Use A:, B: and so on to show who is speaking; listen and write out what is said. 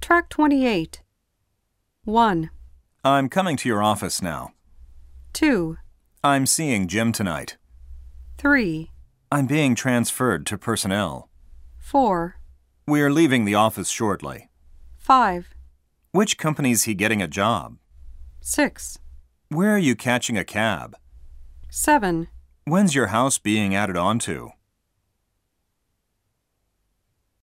A: Track 28. 1,
B: I'm coming to your office now.
A: 2,
B: I'm seeing Jim tonight.
A: 3,
B: I'm being transferred to personnel.
A: 4,
B: We're leaving the office shortly.
A: 5,
B: Which company's he getting a job?
A: 6,
B: Where are you catching a cab?
A: 7.
B: When's your house being added on to?